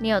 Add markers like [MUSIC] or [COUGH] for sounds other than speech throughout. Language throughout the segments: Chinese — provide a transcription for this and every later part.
你有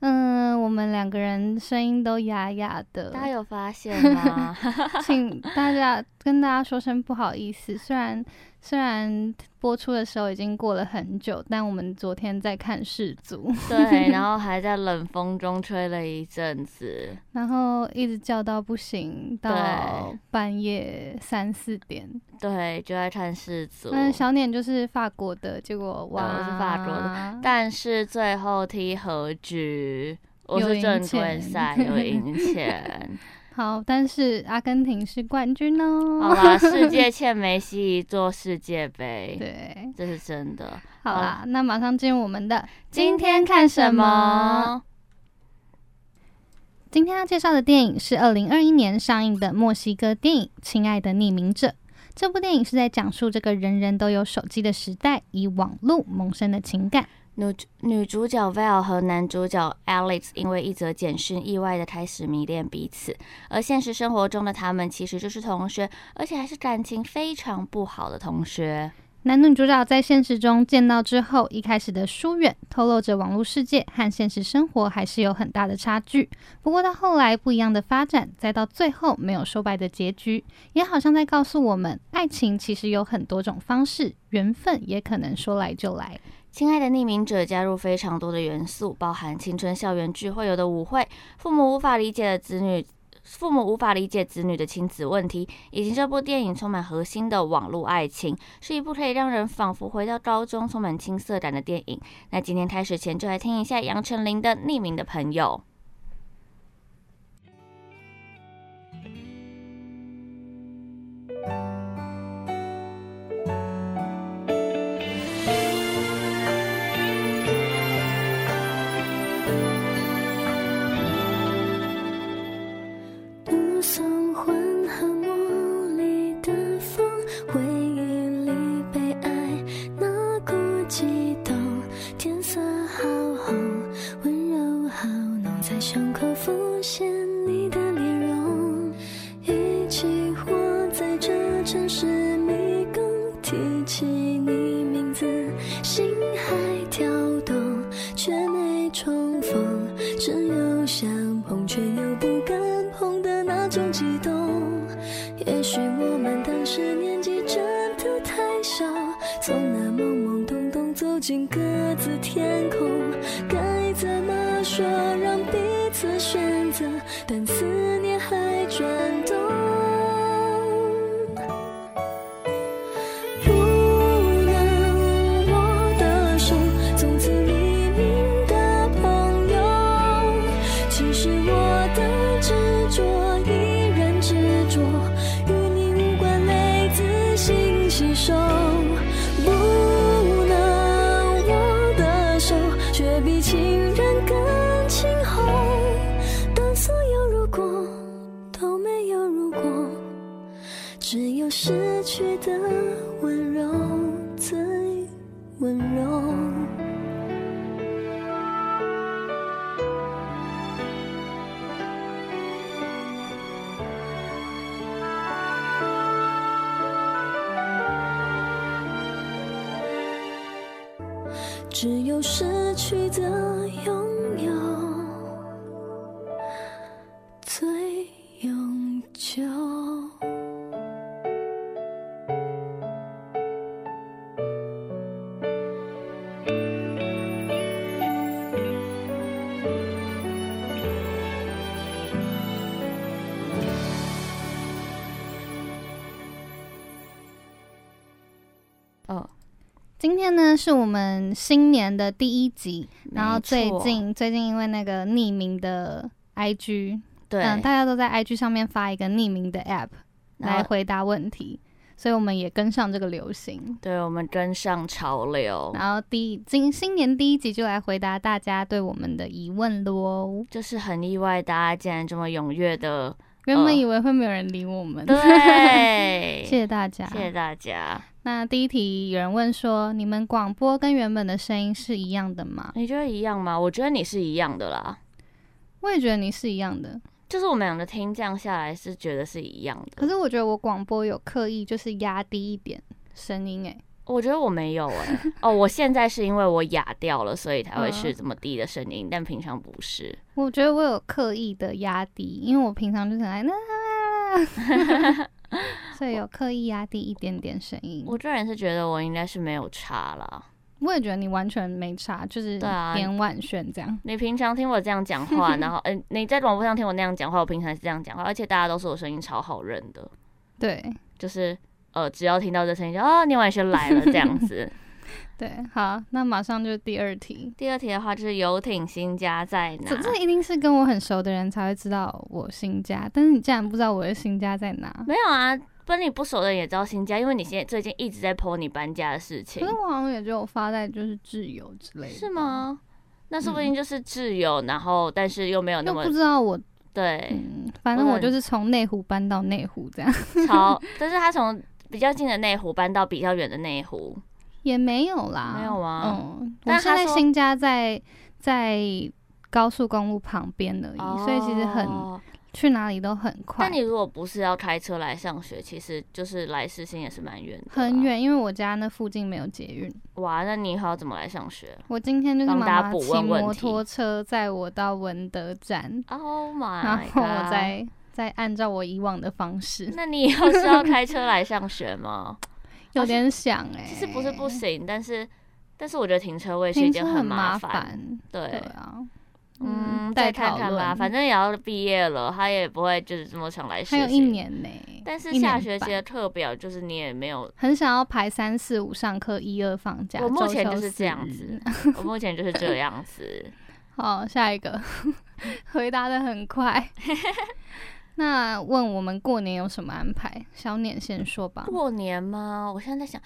嗯，我们两个人声音都哑哑的大，家有发现 [LAUGHS] 吗？请大 [LAUGHS] 家跟大家说声不好意思。虽然虽然播出的时候已经过了很久，但我们昨天在看《世足》，对，然后还在冷风中吹了一阵子，然后一直叫到不行，到对半夜三四点。对，就在看世足。但小脸就是法国的，结果哇，我是法国的，但是最后踢和局，我有是赢正规赛钱有 [LAUGHS] 赢钱。好，但是阿根廷是冠军哦。好啦，世界欠梅西一座世界杯，对，这是真的。好啦，那马上进入我们的今天看什么？今天要介绍的电影是二零二一年上映的墨西哥电影《亲爱的匿名者》。这部电影是在讲述这个人人都有手机的时代，以网络萌生的情感。女主女主角 Val 和男主角 Alex 因为一则简讯，意外的开始迷恋彼此。而现实生活中的他们其实就是同学，而且还是感情非常不好的同学。男女主角在现实中见到之后，一开始的疏远，透露着网络世界和现实生活还是有很大的差距。不过到后来不一样的发展，再到最后没有说白的结局，也好像在告诉我们，爱情其实有很多种方式，缘分也可能说来就来。亲爱的匿名者加入非常多的元素，包含青春校园聚会有的舞会，父母无法理解的子女。父母无法理解子女的亲子问题，以及这部电影充满核心的网络爱情，是一部可以让人仿佛回到高中、充满青涩感的电影。那今天开始前，就来听一下杨丞琳的《匿名的朋友》。目送昏和梦里的风，回忆里被爱那股悸动，天色好红，温柔好浓，在胸口浮现你的脸容，一起活在这城市迷宫，提起你名字，心还跳动，却没重逢。只有想碰却又不敢碰的那种悸动。也许我们当时年纪真的太小，从那懵懵懂懂走进各自天空，该怎么说让彼此选择？但思念还转动。不能握的手，从此匿名的朋友。其实我的执着依然执着，与你无关，来自信吸收。不能握的手，却比情人更轻红。当所有如果都没有如果。只有失去的温柔最温柔。只有失去的拥有最永久。哦嗯，今天呢是我们新年的第一集，然后没最错近最近因为那个匿名的 IG，对，嗯，大家都在 IG 上面发一个匿名的 App 然后来回答问题，所以我们也跟上这个流行。对我们跟上潮流，然后第一今新年第一集就来回答大家对我们的疑问喽。就是很意外，大家竟然这么踊跃的， [LAUGHS] 原本嗯以为会没有人理我们，对，谢谢大家，谢谢大家。那第一题有人问说，你们广播跟原本的声音是一样的吗？你觉得一样吗？我觉得你是一样的啦，我也觉得你是一样的，就是我们两个听这样下来是觉得是一样可的。是我觉得我广播有刻意就是压低一点声音、欸，我觉得我没有哎、 [LAUGHS] 哦，我现在是因为我哑掉了，所以才会是这么低的声音，但平常不是。 [LAUGHS] 我觉得我有刻意的压低，因为我平常就是很爱那，所以有刻意压低一点点声音。我个人是觉得我应该是没有差啦。我也觉得你完全没差，就是对啊点婉萱这样。你平常听我这样讲话，然后嗯、呃你在广播上听我那样讲话，我平常是这样讲话，而且大家都说我声音超好认的，对就是呃，只要听到这声音就哦，念完学来了这样子。对，好，那马上就第二题。 [LAUGHS] 第二题的话就是游艇新家在哪这？这一定是跟我很熟的人才会知道我新家，但是你竟然不知道我的新家在哪？没有啊，跟你不熟的人也知道新家，因为你现在最近一直在 po 你搬家的事情可是，我好像也只有发在就是挚友之类的，是？吗？那说不定就是挚友，然后但是又没有那哎又么不知道我，对，嗯，反正我就是从内湖搬到内湖这样， [LAUGHS] [LAUGHS] 超，但是他从比较近的内湖搬到比较远的内湖，也没有啦，没有吗嗯，我但现他在说新家在在高速公路旁边而已，所以其实很哦去哪里都很快但你。如果不是要开车来上学，其实就是来市心也是蛮远的，很。远，因为我家那附近没有捷运。哇，那你以后要怎么来上学我今天就是帮妈大家妈补骑问问摩题托车载我到文德站， ？Oh [LAUGHS] my 然 god！后我再再按照我以往的方式，那你以后是要开车来上学吗？ [LAUGHS] 有点想哎、其实不是不行，但是但是我觉得停车位是一停件车很麻烦。烦，对，啊，嗯，再再看讨看吧，论反正也要毕业了，他也不会就是这么常来市还心。有一，年呢、但是一下年学期半的课表就是你也没有。很想要排三四五上课，一二放假。我目周前休就是四这样日子。，我目前就是这样子。好，下一个 [LAUGHS] 回答的很快。 [LAUGHS] 那问我们过年有什么安排？小脸先说吧。过年吗？我现在在想，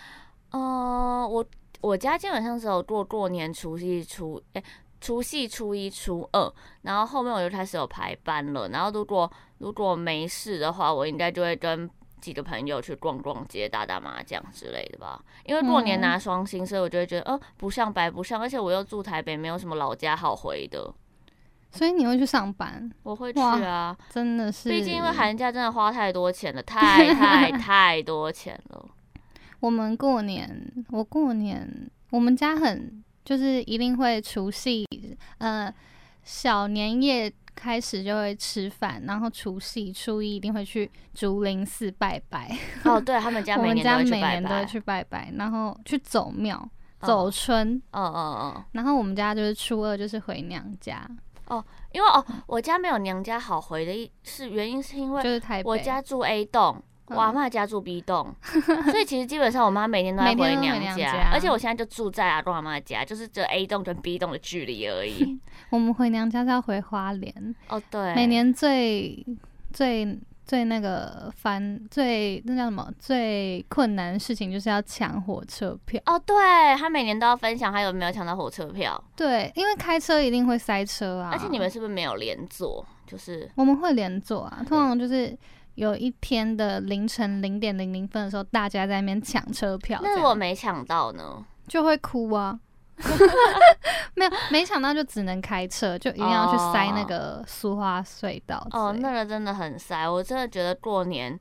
呃，我我家基本上只有过过年、除夕、初诶、除夕、初一、初二，然后后面我就开始有排班了。然后如果如果没事的话，我应该就会跟几个朋友去逛逛街、打打麻将之类的吧。因为过嗯年拿双薪，所以我就会觉得，呃，不上白不上，而且我又住台北，没有什么老家好回的。所以你会去上班，我会去哇啊，真的是。毕竟因为寒假真的花太多钱了，太太太多钱了。我们过年，我过年，我们家很就是一定会除夕，呃，小年夜开始就会吃饭，然后除夕、初一一定会去竹林寺拜拜。 [LAUGHS] 哦，对他们家我每们年家都会每去拜年都拜会，去拜拜，然后去走庙、嗯走村，嗯嗯嗯，然后我们家就是初二就是回娘家，因为哦，我家没有娘家好回的一是原因是因就为是台北。我家住 A 栋。我阿嗯妈家住 B [LAUGHS] 栋，所以其实基本上我妈每天都在每天回都回娘娘家，家而且我现在就住在阿公阿妈家，就是这 A 栋跟 B 栋的距离而 [LAUGHS] 已。我们回娘家是要回花莲，哦，对，每年最最最那个烦最那叫什么最困难的事情就是要抢火车票。哦，对，他每年都要分享他有没有抢到火车票，对，因为开车一定会塞车啊，而且你们是不是没有连坐？就是我们会连坐啊，通常就是。有一天的凌晨零点零零分的时候，大家在那边抢车票，那这如样果没抢到呢？就会哭啊。 [LAUGHS] 没有，没想到就只能开车，就一定要去塞那个苏花隧道之类的。哦，那个真的很塞，我真的觉得过年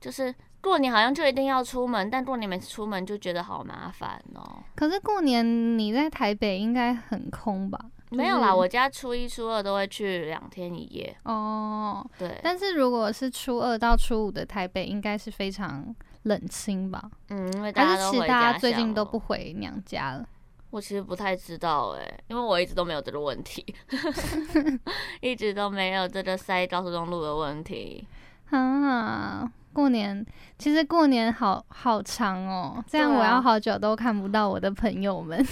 就是过年好像就一定要出门，但过年每次出门就觉得好麻烦哦。可是过年你在台北应该很空吧？没有啦，就是我家初一初二都会去两天一夜，哦，对，但是如果是初二到初五的台北，应该是非常冷清吧？嗯，因为大还家是都其回实家大家最乡近都了不，回娘家了？我其实不太知道哎、因为我一直都没有这个问题， [LAUGHS] 一直都没有这个塞高速公路的问题。啊，过年其实过年好好长哦，这样对啊我要好久都看不到我的朋友们。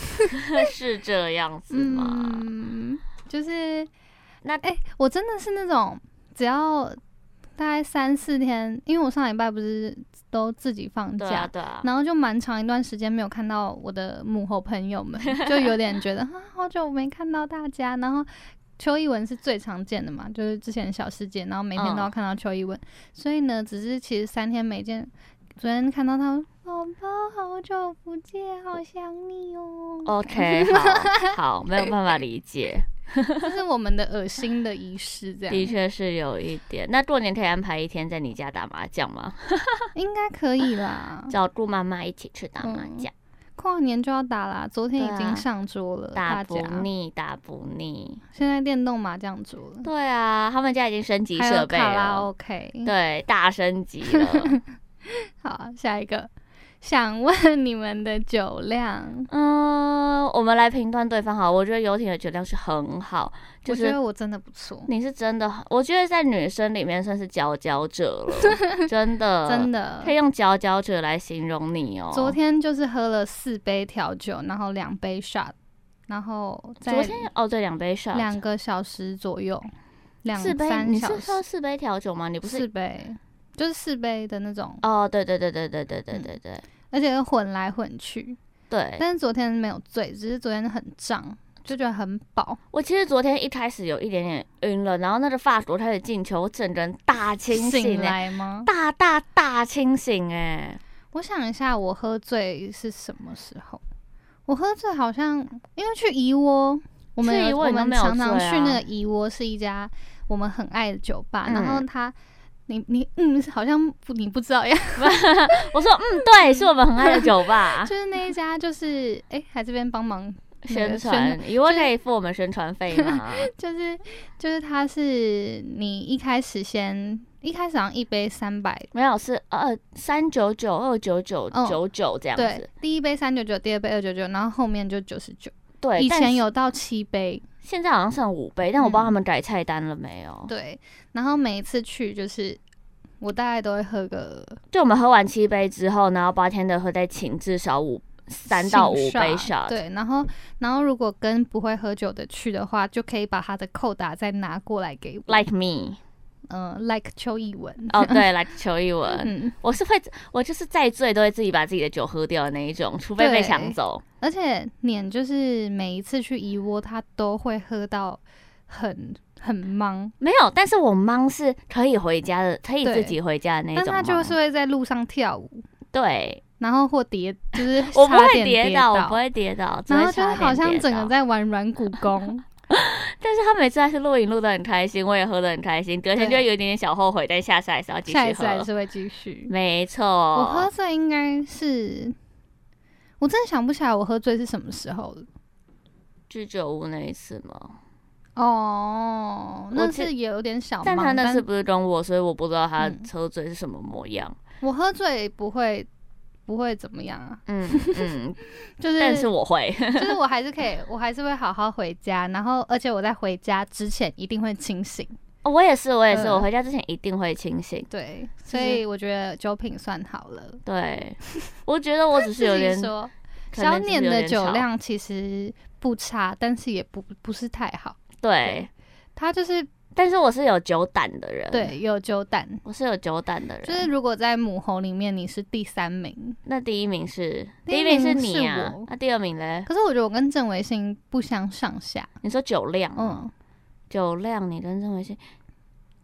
是这样子吗？嗯，就是那哎、我真的是那种只要大概三四天，因为我上礼拜不是都自己放对啊，假，对啊，然后就蛮长一段时间没有看到我的幕后朋友们，就有点觉得 [LAUGHS] 啊，好久没看到大家。然后邱一文是最常见的嘛，就是之前小世界，然后每天都嗯要看到邱一文，所以呢，只是其实三天没见，昨天看到他，宝宝好久不见，好想你哦。 OK，好，好，没有办法理解，这是我们 [LAUGHS] 的恶心的仪式，这样的确是有一点。那过年可以安排一天在你家打麻将吗？应该可以 [LAUGHS] 啦。找顾妈妈一起去打麻嗯将，跨年就要打啦，昨天对已啊经上桌了，打大不家嗯腻，打不腻。现在电动麻将桌了，对啊，他们家已经升级还设有备卡拉哦了， OK。对，大升级 [LAUGHS] 了。好，下一个，想问你们的酒量，嗯，我们来评断对方好，我觉得游艇的酒量是很好，就我觉是得我真的不错，你是真的很，我觉得在女生里面算是佼佼者了， [LAUGHS] 真的，真的的呃可。以用佼佼者来形容你哦。昨天就是喝了四杯调酒，然后两杯 shot，然后昨在天哦，对，两杯上两个小时左右，两四杯，三你小是时喝，四杯调酒吗？你不四是？杯，就是四杯的那种，哦，对对对对对对对对对而且又混来混去。对。嗯但是昨天没有醉，只是昨天很胀，就觉得很饱。我其实昨天一开始有一点点晕了，然后那个法国开始进球，我整个人大清醒醒哎、来吗？大大大清醒哎、我想一下，我喝醉是什么时候？我喝醉好像因为去怡窝，我们去怡有窝我你都们没有常常醉啊去那个怡窝是一家我们很爱的酒吧，嗯然后它。你你嗯，好像不你不知道呀，我说嗯，对，是我们很爱的酒 [LAUGHS] 吧就是那一家就是哎、还这边帮忙那宣个传传，以后可以付我们宣传费 [LAUGHS] 吗？就是就是它是你一开始先一开始好像一杯三百，没有，是二三九九二九九嗯九九这样对子。，第一杯三九九，第二杯二九九，然后后面就九十九，对，以但前是有到七杯，现在好像剩五杯，但我不知道嗯他们改菜单了没有。对，然后每一次去就是我大概都会喝个就我们喝完七杯之后，然后八天的会再请至少五三到五信杯 shot， shot。对，然后然后如果跟不会喝酒的去的话，就可以把他的扣打再拿过来给我 Like me，嗯、呃、，like 邱逸文 [LAUGHS] 哦、对，like [LAUGHS] 邱一文，嗯，我是会，我就是再醉都会自己把自己的酒喝掉的那一种，除非被对抢走。而且撵就是每一次去怡窝，他都会喝到很很忙，没有，但是我妈是可以回家的，可以对自己回家的那但种啊他忙。就是会在路上跳舞，对，然后或跌，就是我不差会点跌倒，我不会跌倒，只然后会就差是好点像跌整倒个在玩软 [LAUGHS] 骨功，但是他每次还是录影录得很开心，我也喝得很开心，隔天就对会有一点点小后悔，但下次还是要继下续一次还喝。是会继续。没错，我喝醉应该是，我真的想不起来我喝醉是什么时候了。居酒屋那一次嘛，哦，那记是也有点小忙，但他那次但不是跟我，所以我不知道他嗯喝醉是什么模样。我喝醉不会不会怎么样啊，嗯嗯，就是但是我会，就是我还是可以，我还是会好好回家，然后而且我在回家之前一定会清醒，哦我也是，我也是，嗯我回家之前一定会清醒。对，所以我觉得酒品算好了。对， [LAUGHS] 我觉得我只是有自己 [LAUGHS] 点说，可小能只是碾有的点酒吵量其实不差，但是也不不是太好，对，他就是但是我是有酒胆的人，，对有酒胆，我是有酒胆的人。就是如果在母猴里面你是第三名，那第一名是第第一一名名是是你啊我，那第二名嘞？可是我觉得我跟郑维信不相上下，你说酒量，嗯，嗯，酒量你跟郑维信，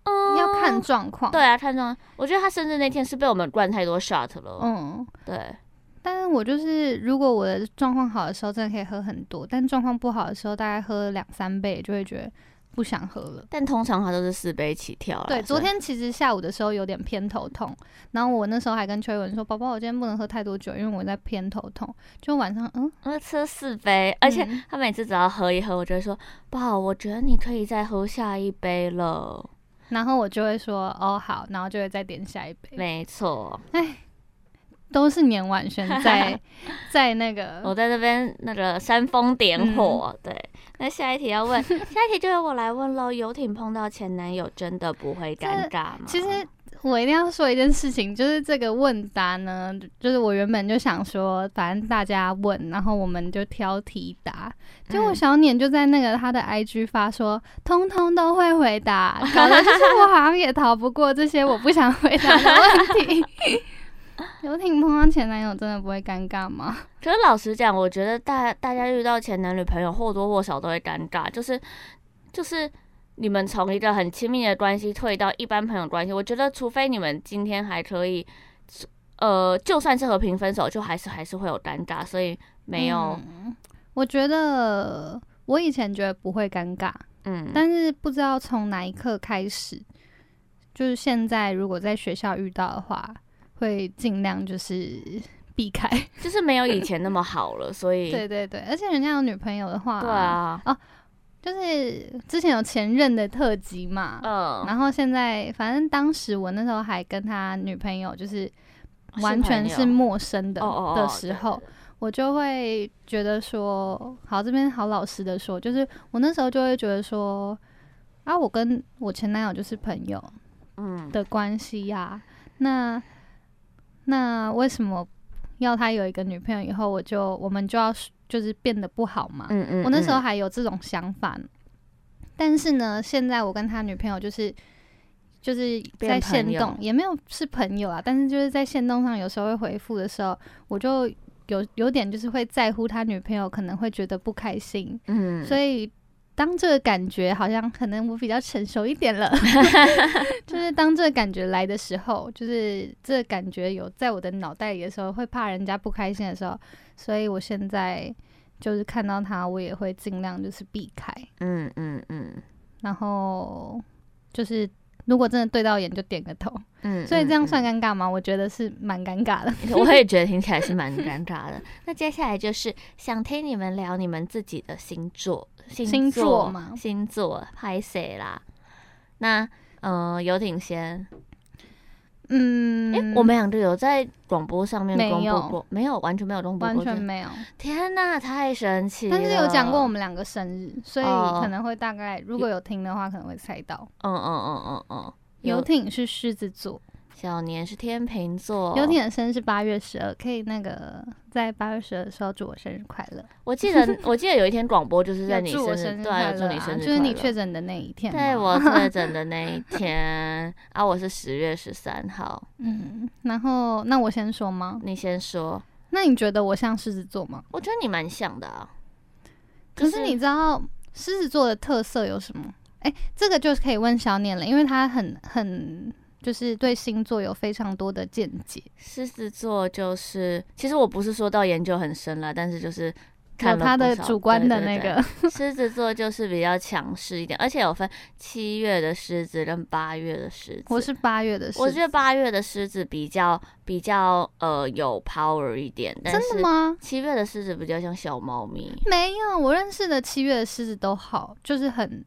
嗯要看状况，对，啊，看状况。我觉得他甚至那天是被我们灌太多 shot 了。嗯。对，但是我就是，如果我的状况好的时候，真的可以喝很多；但状况不好的时候，大概喝两三杯，就会觉得不想喝了。但通常他都是四杯起跳啦对，所以昨天其实下午的时候有点偏头痛，然后我那时候还跟崔文说：“宝宝，我今天不能喝太多酒，因为我在偏头痛。”就晚上，嗯，我吃了四杯，而且嗯他每次只要喝一喝，我就会说爸，我觉得你可以再喝下一杯了。然后我就会说：“哦，好。”然后就会再点下一杯。没错，都是年晚轩 [LAUGHS] 在在那我个，在这边那个煽风嗯点火。对，那下一题要 [LAUGHS] 问，下一题就由我来问喽。游艇碰到前男友真的不会尴尬吗？其实我一定要说一件事情，就是这个问答呢，就是我原本就想说，反正大家问，然后我们就挑题答。结果嗯小撵就在那个他的 IG 发说，通通都会回答， [LAUGHS] 搞得就是我好像也逃不过这些我不想回答的问 [LAUGHS] 题。刘婷碰到前男友真的不会尴尬吗？可是老实讲，我觉得大大家遇到前男女朋友或多或少都会尴尬，就是就是你们从一个很亲密的关系退到一般朋友关系，我觉得除非你们今天还可以，呃，就算是和平分手，就还是还是会有尴尬，所以没有，嗯我觉得我以前觉得不会尴尬，嗯，但是不知道从哪一刻开始，就是现在如果在学校遇到的话，会尽量就是避开。就是没有以前那么好了，所以对对对，而且人家有女朋友的话，对，啊，就是之前有前任的特辑嘛，嗯，然后现在反正当时我那时候还跟他女朋友就是是完全朋友是陌生的哦哦哦的时候，我就会觉得说，好，这边好老实的说，就是我那时候就会觉得说，啊，我跟我前男友就是朋友嗯，的关系呀、那那为什么要他有一个女朋友以后，我就我们就要就是变得不好嘛？嗯嗯，我那时候嗯还有这种想法呢，但是呢，现在我跟他女朋友就是就是在变朋线友动，也没有是朋友啊，但是就是在线动上有时候会回复的时候，我就有有点就是会在乎他女朋友可能会觉得不开心，嗯，所以当这个感觉好像可能我比较成熟 [LAUGHS] 一点了，就是当这个感觉来的时候，就是这个感觉有在我的脑袋里的时候，会怕人家不开心的时候，所以我现在就是看到他，我也会尽量就是避开，嗯嗯嗯然后就是。如果真的对到眼就点个头，嗯，所以这样嗯算尴尬吗？我觉得是蛮尴 [LAUGHS] 尬的。我也觉得听起来是蛮尴尬的。那接下来就是想听你们聊你们自己的星座、星星座座吗星座拍谁啦？那呃，游艇先，嗯，哎、我们两个有在广播上面没公布有过，没有，完全没有公布完过这。全没有，天哪，太神奇了！但是有讲过我，们两个生日，所以哦可能会大概如果有听的话，可能会猜到。嗯嗯嗯嗯嗯，游艇是狮子座，小年是天秤座，游艇的生日是八月十二，可以那个在八月十二的时候祝我生日快乐，我记得我记得有一天广播就是在 [LAUGHS] 有你祝我生日，日对啊，快有祝乐你啊，生日快乐，就是你确诊的那一天嘛。对我确诊 [LAUGHS] 的那一天啊，我是十月十三号。嗯，然后那我先说吗？你先说，那你觉得我像狮子座吗？我觉得你蛮像的啊。可是你知道狮子座的特色有什么？哎、这个就是可以问小念了，因为他很很就是对星座有非常多的见解。狮子座就是，其实我不是说到研究很深了，但是就是有看了他的不少主观的对那。个对，对狮子座就是比较强势一点，而且有分七月的狮子跟八月的狮子。我是八月的狮子，我觉得八月的狮子比较比较呃有 power 一点，但真的是吗？七月的狮子比较像小猫咪。没有，我认识的七月的狮子都好，就是很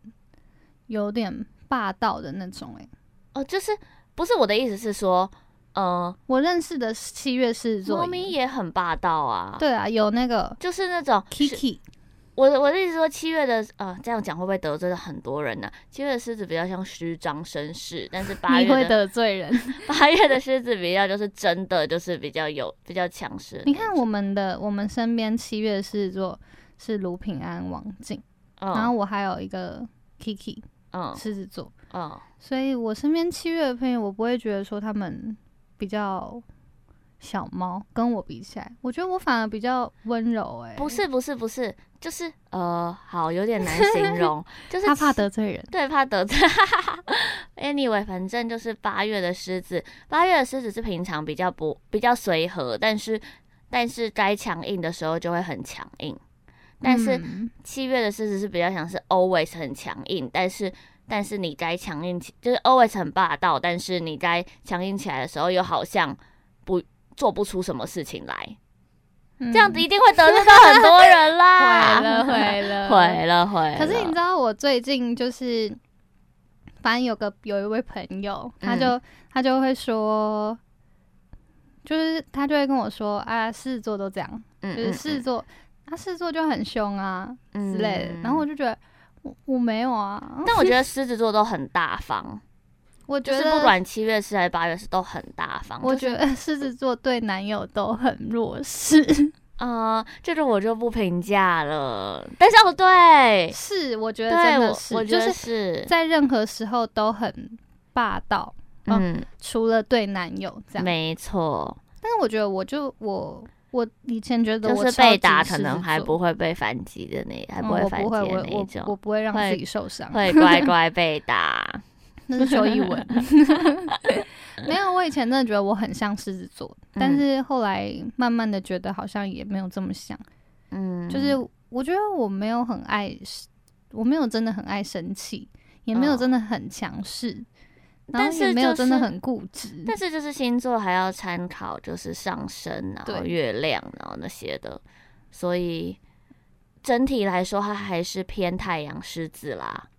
有点霸道的那种、欸。哦，就是不是我的意思是说，呃，我认识的七月狮子座，猫咪也很霸道啊。，对啊，有那个就是那种 Kiki，我的我的意思说，七月的呃，这样讲会不会得罪了很多人呢、七月的狮子比较像虚张声势， [LAUGHS] 但是八你会月的得 [LAUGHS] 罪人。八月的狮子比较就是真的就是比较有比较强势。你看我，们的我们身边七月的狮子座是卢平安、王静，嗯然后我还有一个 Kiki 嗯狮子座，嗯，所以我身边七月的朋友，我不会觉得说他们比较。小猫跟我比起来，我觉得我反而比较温柔、欸。哎，不，是不是不是，就是呃，好有点难形 [LAUGHS] 容，就是他怕七得罪人。对，怕得罪。anyway，反正就是八月的狮子，八月的狮子是平常比较不比较随和，但是但是该强硬的时候就会很强硬，但是嗯七月的狮子是比较想是 always 很强硬，但是但是你该强硬起，就是 always 很霸道，但是你该强硬起来的时候，又好像不做不出什么事情来，这样子一定会得罪到很多人嗯啦， [LAUGHS] 毁嗯 [LAUGHS] 了，毁了，毁了，毁了。可是你知道，我最近就是，反正有个有一位朋友，嗯他就、他就会说，就是他就会跟我说，啊，狮子座都这样，嗯，就是狮子座，啊，狮子座就很凶啊之嗯类的。然后我。我就觉得，我我没有啊，但我觉得狮子座都很大方， [LAUGHS] 我就觉是得不管七月是还是八月是都很大方。我觉 [LAUGHS] 得狮子座对男友都很弱势，呃，这个我就不评价了。但是哦，对，是我觉得对真的我是，我觉就得是是，在任何时候都很霸道，哦嗯，除了对男友这样。没错，但是我觉得我就我我以前觉得就我是超被级打狮可子能还座不会被反击的那，还嗯不会我反不击会，的我那一我我种，不会让会自己受伤，会 [LAUGHS] 乖乖被打。那是邱一 [LAUGHS] 文。[LAUGHS] 没有，我以前真的觉得我很像狮子座，但嗯是后来慢慢的觉得好像也没有这么像，嗯，就是我觉得我没有很爱生，我没有真的很爱生气，也没有哦真的很强势，然但后也是没有就真的是很固执。但是就是星座还要参考，就是上升，然后对月亮，然后那些的，所以整体来说，它还是偏太阳狮子啦。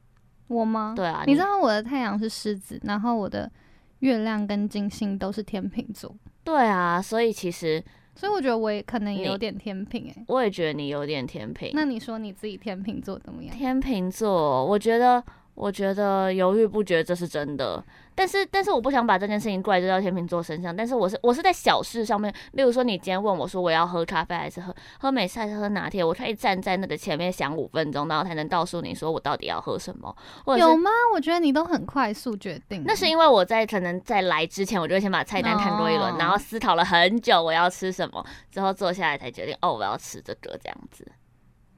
我吗？对啊，嗯你知道我的太阳是狮子，然后我的月亮跟金星都是天秤座，对啊，所以其实所以我觉得我也可能也有你点天秤哎、欸我也觉得你有点天平。那你说你自己天秤座怎么样？天秤座，我觉得，我觉得犹豫不决这是真的。但是，但是我不想把这件事情怪罪到天秤座身上。但是我是我是在小事上面，例如说你今天问我说我要喝咖啡还是喝喝美式还是喝拿铁，我可以站在那个前面想五分钟，然后才能告诉你说我到底要喝什么，或者有是。吗？我觉得你都很快速决定。欸那是因为我在可能在来之前，我就会先把菜单看过一轮哦然后思考了很久我要吃什么，之后坐下来才决定哦，我要吃这个这样子。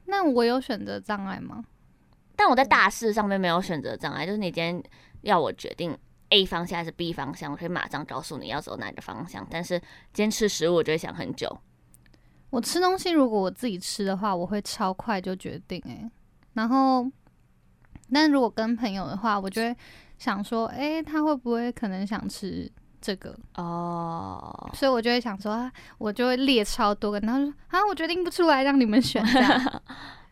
那我有选择障碍吗？但我在大事上面没有选择障碍，就是你今天要我决定 A 方向还是 B 方向，我可以马上告诉你要走哪个方向。但是今天吃食物，我就会想很久。我吃东西如果我自己吃的话，我会超快就决定哎、然后，但如果跟朋友的话，我就会想说，哎、他会不会可能想吃这个？哦，所以我就会想说，啊我就会列超多个，然后就说啊，我决定不出来，让你们选 [LAUGHS] 这样。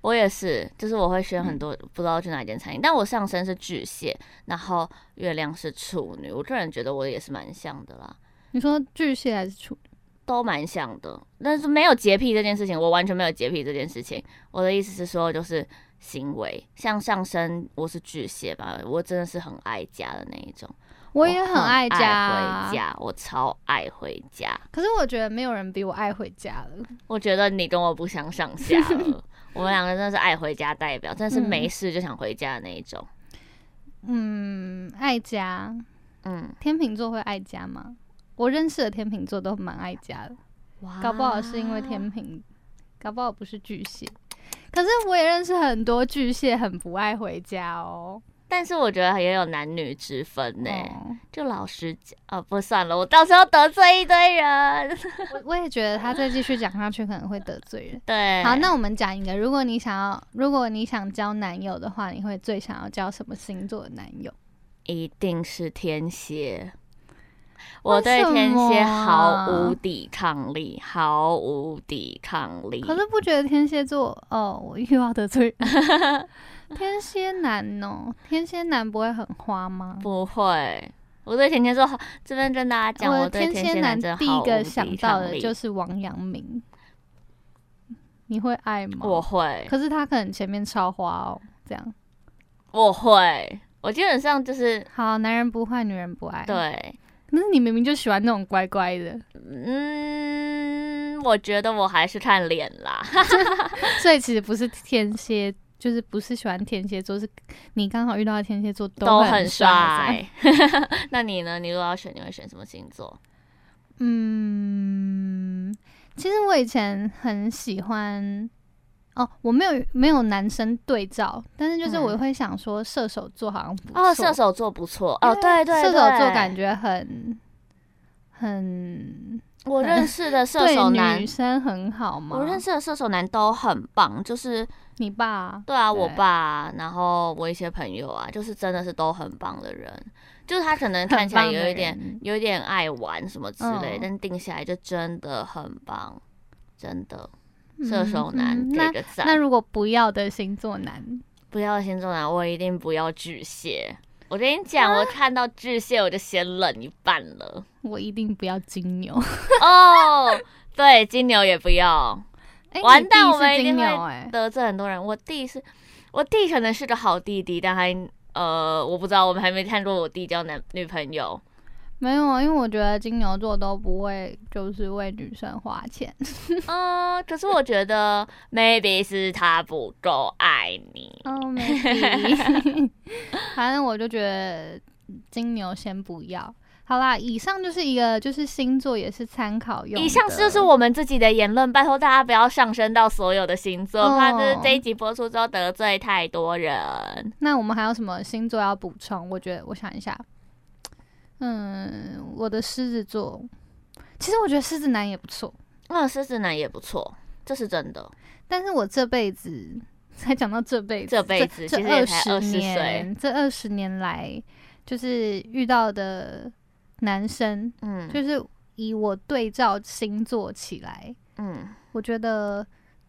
我也是，就是我会选很多不知道去哪间餐厅，但我上身是巨蟹，然后月亮是处女，我个人觉得我也是蛮像的啦，你说巨蟹还是处？都蛮像的。但是没有洁癖这件事情，我完全没有洁癖这件事情。我的意思是说，就是行为，像上身我是巨蟹吧，我真的是很爱家的那一种。我也很很爱家，啊回家，我超爱回家。可是我觉得没有人比我爱回家了。我觉得你跟我不相上下 [LAUGHS] 了，我们两个真的是爱回家代表，真的是没事就想回家的那一种。嗯，爱家，嗯，天秤座会爱家吗？我认识的天秤座都蛮爱家的，哇搞不好是因为天秤，搞不好不是巨蟹。可是我也认识很多巨蟹很不爱回家哦。但是我觉得也有男女之分呢、哦就老实讲，啊，不算了，我到时候得罪一堆人。 [LAUGHS] 我我也觉得他再继续讲下去可能会得罪人。对，好，那我们讲一个，如果你想要，如果你想交男友的话，你会最想要交什么星座的男友？一定是天蝎。我对为什啊天蝎么毫无抵抗力，毫无抵抗力。可是不觉得天蝎座哦，我又要得罪人 [LAUGHS] 天蝎男哦，天蝎男不会很花吗？不会，我对甜甜说，这边跟大家讲，我我的对天甜蝎男男真的第一毫个无想抵到抗的力就是王阳明，你会爱吗？我会，可是他可能前面超花哦，这样我会，我基本上就是好，男人不坏，女人不爱。，对，可是你明明就喜欢那种乖乖的，嗯，我觉得我还是看脸啦， [LAUGHS] 所以其实不是天蝎，就是不是喜欢天蝎座，是你刚好遇到的天蝎座都很很帅。帅。 [LAUGHS] 那你呢？你如果要选，你会选什么星座？嗯，其实我以前很喜欢，哦，我没有没有男生对照，但是就是嗯我会想说射手座好像不哦，错射手座不错哦，对对，射手座对感觉很很我认识 [LAUGHS] 的射对手男女。生很好吗？我认识的射手男都很棒，就是你爸啊、对啊，我对爸啊，然后我一些朋友啊，就是真的是都很棒的人，就是他可能看起来很棒的有一点人有一点爱玩什么之类，嗯但定下来就真的很棒，真的嗯射手男嗯给那个赞。那如果不要的星座男，不要星座男，我一定不要巨蟹。我跟你讲，啊我看到巨蟹我就先冷一半了。 [LAUGHS] 我一定不要金牛。哦，对，金牛也不要，哎，完你蛋，弟我们是一金定牛会哎、得罪很多人。我弟是，我弟可能是个好弟弟，但他呃，我不知道，我们还没看过我弟交男女朋友。没有，啊，因为我觉得金牛座都不会就是为女生花钱。嗯，可是我觉得 maybe 是他不够爱你。哦，没 y [LAUGHS] 反正我就觉得金牛先不要。好啦，以上就是一个就是星座也是参考用的。以上就是我们自己的言论，拜托大家不要上升到所有的星座，哦怕就是这一集播出之后得罪太多人。那我们还有什么星座要补充？我觉得我想一下，嗯，我的狮子座，其实我觉得狮子男也不错，那狮子男也不错，这是真的。但是我这辈子才讲到这辈子，这辈子这其实二也才十20岁年，这二十年来，就是遇到的男生，嗯，就是以我对照星座起来，嗯，我觉得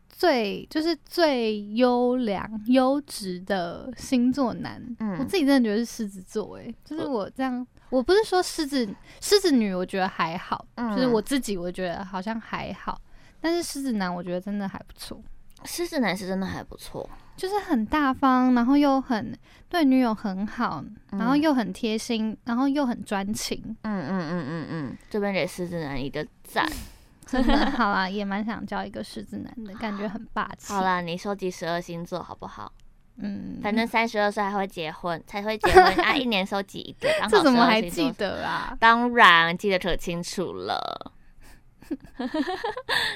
最就是最优良优质的星座男，嗯我自己真的觉得是狮子座、欸，就是我这样，我不是说狮子狮子女，我觉得还好，嗯就是我自己我觉得好像还好，但是狮子男我觉得真的还不错，狮子男是真的还不错。就是很大方，然后又很对女友很好，然后嗯又很贴心，然后又很 [LAUGHS] 专情，嗯嗯嗯嗯嗯，这边给狮子男一个赞。真的好啊，也蛮想交一个狮子男的感觉，很霸气。好，啦，你收集十二星座好不好？嗯，反正三十二岁还会结婚， [LAUGHS] 才会结婚 [LAUGHS] 啊，一年收集一个，刚好这怎么12还星座记？得啊？当然记得可清楚 [LAUGHS] 了。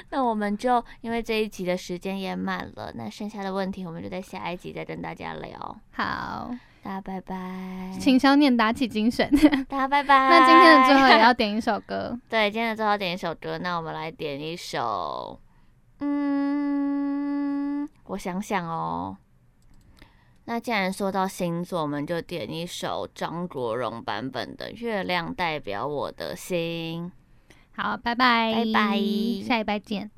那我们就因为这一集的时间也满了，那剩下的问题我们就在下一集再跟大家聊。好，大家拜拜，请小念打起精神。 [LAUGHS] 大家拜拜。那今天的最后也要点一首歌，对，今天的最后点一首歌，那我们来点一首，嗯，我想想哦。那既然说到星座，我们就点一首张国荣版本的《月亮代表我的心》。好，拜拜，拜拜下礼拜见。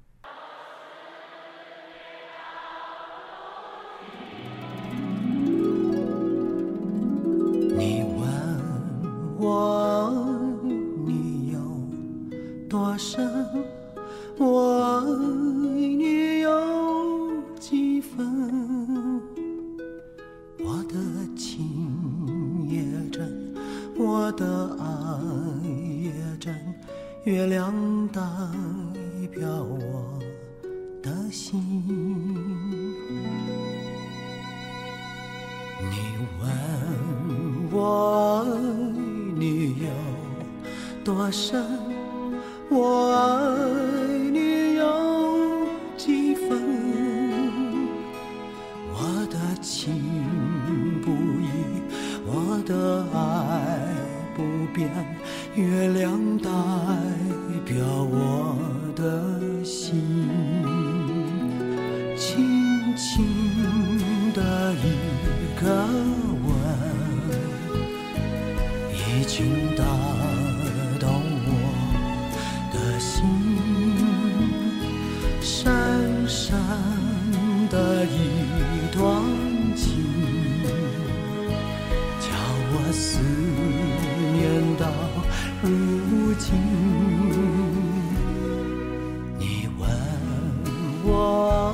你问我你有多深，我爱你有几分？我的情也真，我的爱也真，月亮代表我的心。你问我爱你有多深，我爱你有几分？我的情不移，我的爱不变，月亮代表我的心。轻轻的一个吻，已经打动我的心。深深的一段情，叫我思念到如今。你问我